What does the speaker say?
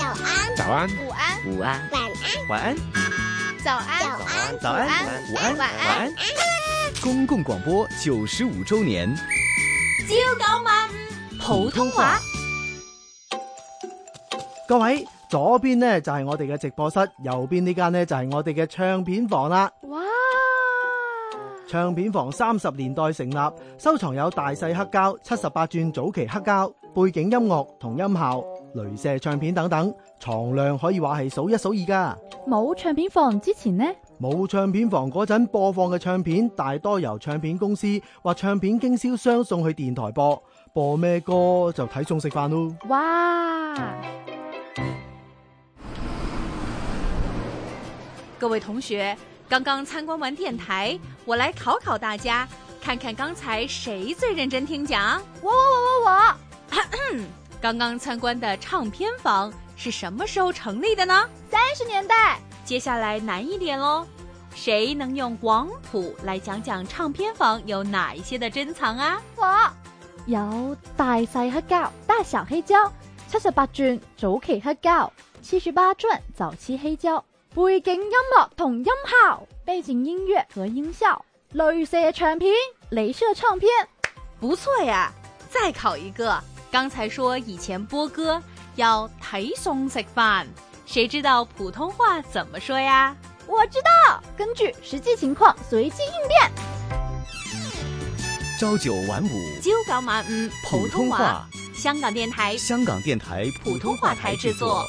安，午安，午安，晚安，晚安，早安，早安，早安，午安，晚安安。公共广播九十五周年，朝九晚五普通话。各位，左邊呢就係我哋嘅直播室，右邊呢間呢就係我哋嘅唱片房啦。哇！唱片房三十年代成立，收藏有大細黑膠、七十八轉早期黑膠、背景音樂同音效、雷射唱片等等，藏量可以話係數一數二噶。冇唱片房之前呢，冇唱片房嗰陣播放嘅唱片，大多由唱片公司或唱片經銷商送去電台播，播咩歌就睇餸食飯咯。哇！各位同学，刚刚参观完电台，我来考考大家，看看刚才谁最认真听讲。我我我我我， 刚刚参观的唱片房是什么时候成立的呢？三十年代接下来难一点喽，谁能用广谱来讲讲唱片房有哪一些的珍藏啊？我有大細黑膠、大小黑膠、七十八轉早期黑膠、七十八轉早期黑膠、背景音樂同音效、背景音樂和音效、雷射唱片、镭射唱片。不错呀，再考一个。刚才说以前播歌要睇餸食饭，谁知道普通话怎么说呀？我知道，根据实际情况随机应变。朝九晚五， 朝九嗯晚五，普通话。香港电台香港电台普通话台制作。